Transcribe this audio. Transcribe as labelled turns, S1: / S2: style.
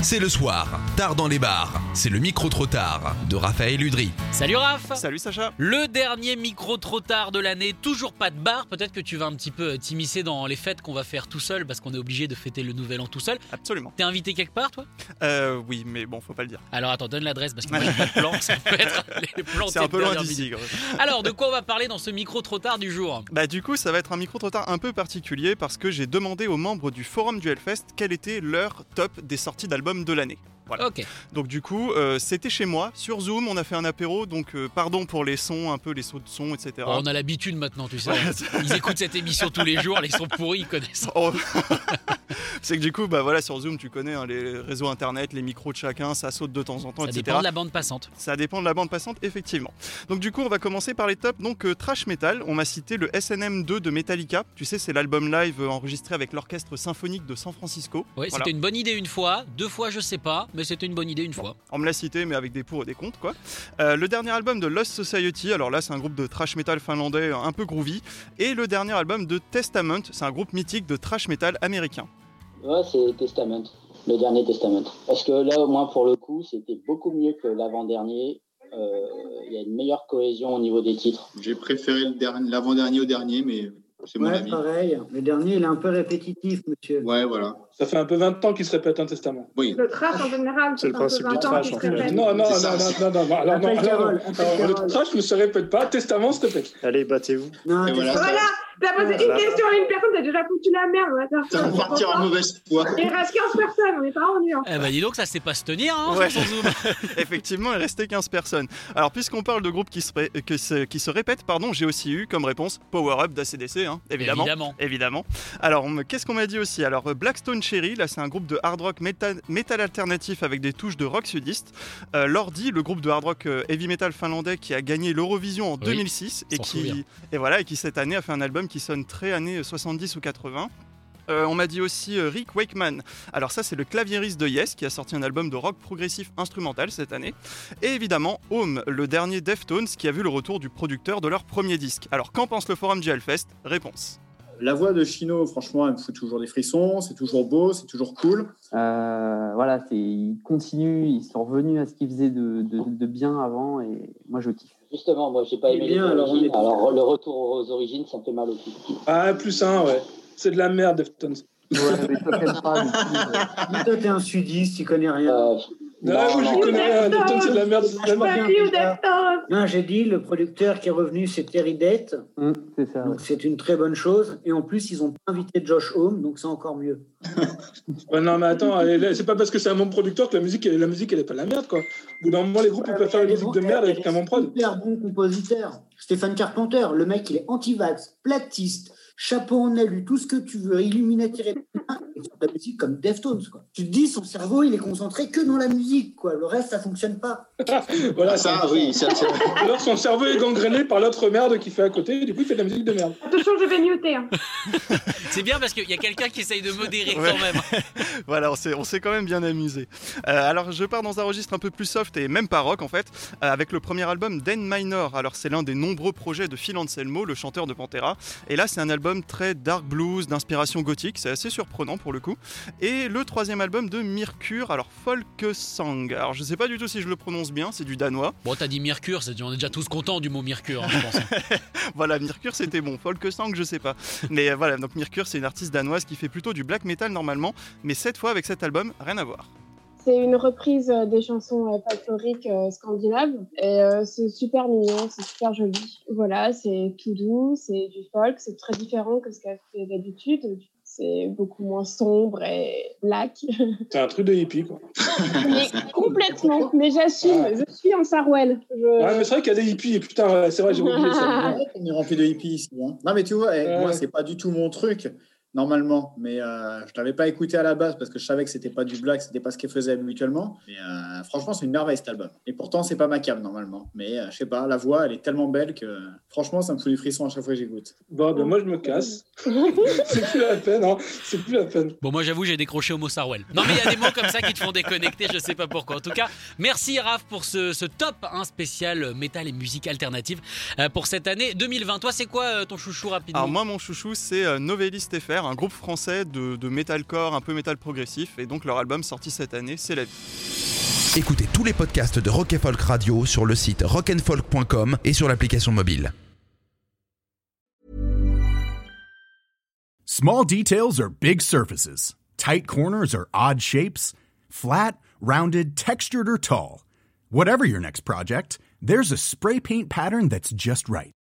S1: C'est le soir, tard dans les bars. C'est le micro trop tard de Raphaël Udry.
S2: Salut Raph
S3: Salut Sacha
S2: Le dernier micro trop tard de l'année, toujours pas de bar. Peut-être que tu vas un petit peu euh, t'immiscer dans les fêtes qu'on va faire tout seul parce qu'on est obligé de fêter le nouvel an tout seul.
S3: Absolument.
S2: T'es invité quelque part toi
S3: Euh, oui, mais bon, faut pas le dire.
S2: Alors attends, donne l'adresse parce que moi j'ai pas de plan, ça peut être les plans
S3: C'est un peu loin d'ici. gros.
S2: Alors de quoi on va parler dans ce micro trop tard du jour
S3: Bah du coup, ça va être un micro trottoir un peu particulier parce que j'ai demandé aux membres du forum du Hellfest quelle était leur top des sorties d'albums de l'année. Voilà.
S2: Ok,
S3: Donc du coup, euh, c'était chez moi, sur Zoom, on a fait un apéro, donc euh, pardon pour les sons, un peu les sauts de son, etc.
S2: Bon, on a l'habitude maintenant, tu sais.
S3: Ouais, ça-
S2: Ils écoutent cette émission tous les jours, les sont pourris, ils connaissent.
S3: Oh. c'est que du coup, bah voilà, sur Zoom, tu connais hein, les réseaux internet, les micros de chacun, ça saute de temps en temps,
S2: Ça
S3: etc.
S2: dépend de la bande passante.
S3: Ça dépend de la bande passante, effectivement. Donc du coup, on va commencer par les tops. Donc euh, trash metal, on m'a cité le SNM2 de Metallica. Tu sais, c'est l'album live euh, enregistré avec l'orchestre symphonique de San Francisco.
S2: Ouais,
S3: Voilà.
S2: c'était une bonne idée une fois, deux fois je sais pas, mais c'était une bonne idée une fois.
S3: On me l'a cité, mais avec des pour et des contre, quoi. Euh, le dernier album de Lost Society, alors là, c'est un groupe de trash metal finlandais euh, un peu groovy. Et le dernier album de Testament, c'est un groupe mythique de trash metal américain.
S4: Ouais, c'est Testament, le dernier Testament. Parce que là, au moins, pour le coup, c'était beaucoup mieux que l'avant-dernier. Euh, Il y a une meilleure cohésion au niveau des titres.
S5: J'ai préféré le dernier- l'avant-dernier au dernier, mais c'est mon
S6: Ouais,
S5: avis.
S6: pareil. Le dernier, il est un peu répétitif, monsieur.
S5: Ouais, voilà.
S7: Ça fait un peu 20 ans qu'il se répète un testament.
S5: Oui.
S8: Le trash en général,
S7: C'est le
S8: un
S7: principe
S8: peu
S7: du
S8: vingt ans
S7: trash,
S8: qu'il
S7: en
S8: se
S7: fait.
S8: répète.
S7: Non, non, non,
S5: C'est ça, c'est-
S7: non, non, non, non, alors, non,
S6: Appelle
S7: alors,
S6: Carole,
S7: non.
S6: appelle
S7: Alors,
S6: Carole.
S7: Le trash ne se répète pas, testament se répète.
S6: Allez, battez-vous. Non,
S5: Et
S6: t'es-
S5: voilà,
S8: Voilà, t'as posé une
S6: Voilà.
S8: question à une personne, t'as déjà foutu la merde. ouais, t'as-
S5: Ça va partir en mauvaise foi.
S8: Il reste 15 personnes, on n'est pas rendu. Hein.
S2: Eh bah dis donc, ça c'est pas se tenir, hein,
S3: Ouais.
S2: sur Zoom.
S3: Effectivement, il restait 15 personnes. Alors, puisqu'on parle de groupes qui se, ré- que se- qui se répètent, pardon, j'ai aussi eu comme réponse Power Up d'ACDC, hein, évidemment.
S2: Évidemment.
S3: Évidemment. Alors, on me- qu'est-ce qu'on m'a dit aussi Alors, euh, Blackstone Cherry, là, c'est un groupe de hard rock méta- métal alternatif avec des touches de rock sudiste. Euh, Lordi, le groupe de hard rock euh, heavy metal finlandais qui a gagné l'Eurovision en
S2: Oui,
S3: 2006 et
S2: s'en
S3: qui,
S2: souvient.
S3: et voilà, et qui cette année a fait un album qui sonne très années 70 ou 80. Euh, on m'a dit aussi euh, Rick Wakeman. Alors ça, c'est le claviériste de Yes qui a sorti un album de rock progressif instrumental cette année. Et évidemment, Home, le dernier Deftones qui a vu le retour du producteur de leur premier disque. Alors qu'en pense le forum du Hellfest Réponse.
S5: La voix de Chino, franchement, elle me fout toujours des frissons. C'est toujours beau, c'est toujours cool.
S9: Euh, voilà, c'est- ils continuent, ils sont revenus à ce qu'ils faisaient de, de- de bien avant et moi je kiffe.
S4: Justement, moi, j'ai pas
S6: Eh
S4: aimé
S6: bien,
S4: les
S6: alors, on
S4: origines.
S6: est-
S4: Alors, le retour aux origines, ça me fait mal au cul.
S7: Ah, plus un, ouais. C'est de la merde, Deftones.
S9: Ouais, mais toi, t'aimes pas, du coup, euh,
S6: Mais toi, t'es un sudiste, tu connais rien.
S4: Euh,
S7: Ah,
S4: non,
S7: moi,
S4: non.
S7: je connais rien.
S8: Deftones.
S7: Deftones, c'est de la merde. c'est de la merde.
S6: bien,
S8: T'as dit
S6: déjà.
S8: ou Deftones
S6: Non, j'ai dit, le producteur qui est revenu, c'est Terry Date.
S9: hum, c'est ça. ouais.
S6: Donc, c'est une très bonne chose. Et en plus, ils ont pas invité Josh Home, donc c'est encore mieux.
S7: Ouais, non, mais attends, elle est là- c'est pas parce que c'est un membre producteur que la musique, elle- la musique, elle est pas de la merde, quoi. Au bout d'un moment, les groupes, ils peuvent faire une musique de merde avec un membre prod.
S6: Super bon compositeur. Stéphane Carpenter, le mec, il est anti-vax, platiste, chapeau en alu, tout ce que tu veux, illuminati, républicain, et sur la musique comme Deftones. Quoi. Tu te dis, son cerveau, il est concentré que dans la musique. Quoi. Le reste, ça fonctionne pas.
S7: Voilà,
S5: ça, Ah, oui, ça, c'est
S7: c'est- Alors, son cerveau est gangréné par l'autre merde qui fait à côté, et du coup, il fait de la musique de merde.
S8: Attention, je vais muter. Hein.
S2: C'est bien parce qu'il y a quelqu'un qui essaye de modérer
S3: Ouais.
S2: quand même.
S3: Voilà, on s'est, on s'est quand même bien amusé. Euh, alors je pars dans un registre un peu plus soft et même pas rock en fait, euh, avec le premier album Den Minor. Alors c'est l'un des nombreux projets de Phil Anselmo, le chanteur de Pantera. Et là c'est un album très dark blues, d'inspiration gothique, c'est assez surprenant pour le coup. Et le troisième album de Mercure, alors Folk Song. Alors je sais pas du tout si je le prononce bien, c'est du danois.
S2: Bon, t'as dit Mercure, c'est- on est déjà tous contents du mot Mercure, hein, je pense.
S3: Voilà, Mercure c'était bon, Folk Song je sais pas. Mais euh, voilà, donc Mercure c'est une artiste danoise qui fait plutôt du black metal normalement, mais cette fois avec cet album, rien à voir.
S8: C'est une reprise euh, des chansons euh, folkloriques euh, scandinaves et euh, c'est super mignon, c'est super joli. Voilà, c'est tout doux, c'est du folk, c'est très différent que ce qu'elle fait d'habitude. C'est beaucoup moins sombre et black.
S7: C'est un truc de hippie, quoi.
S8: mais complètement, mais j'assume,
S7: Ouais.
S8: je suis en Sarwell. Je...
S7: Ouais, mais c'est vrai qu'il y a des hippies, et putain, ouais, c'est vrai, j'ai oublié ça.
S5: On est rempli de hippies ici. hein. Non, mais tu vois, eh,
S7: Ouais.
S5: moi, c'est pas du tout mon truc. normalement, mais euh, je l'avais pas écouté à la base parce que je savais que c'était pas du black, c'était pas ce qu'elle faisait habituellement. Mais euh, franchement, c'est une merveille cet album. Et pourtant, c'est pas ma cam normalement. Mais euh, je sais pas, la voix, elle est tellement belle que franchement, ça me fout des frissons à chaque fois que j'écoute.
S7: Bon, ben moi je me casse. c'est plus la peine, hein. C'est plus la peine.
S2: Bon, moi j'avoue, j'ai décroché Homo Sarwell. Non, mais il y a des mots comme ça qui te font déconnecter, je sais pas pourquoi. En tout cas, merci Raph pour ce, ce top hein, spécial métal et musique alternative euh, pour cette année 2020. Toi, c'est quoi euh, ton chouchou rapidement
S3: Alors moi, mon chouchou, c'est euh, Novelis TFR, un groupe français de, de metalcore, un peu métal progressif. Et donc leur album sorti cette année, c'est La vie.
S1: Écoutez tous les podcasts de Rock and Folk Radio sur le site rockandfolk.com et sur l'application mobile.
S10: Small details are big surfaces. Tight corners are odd shapes. Flat, rounded, textured, or tall. Whatever your next project, there's a spray paint pattern that's just right.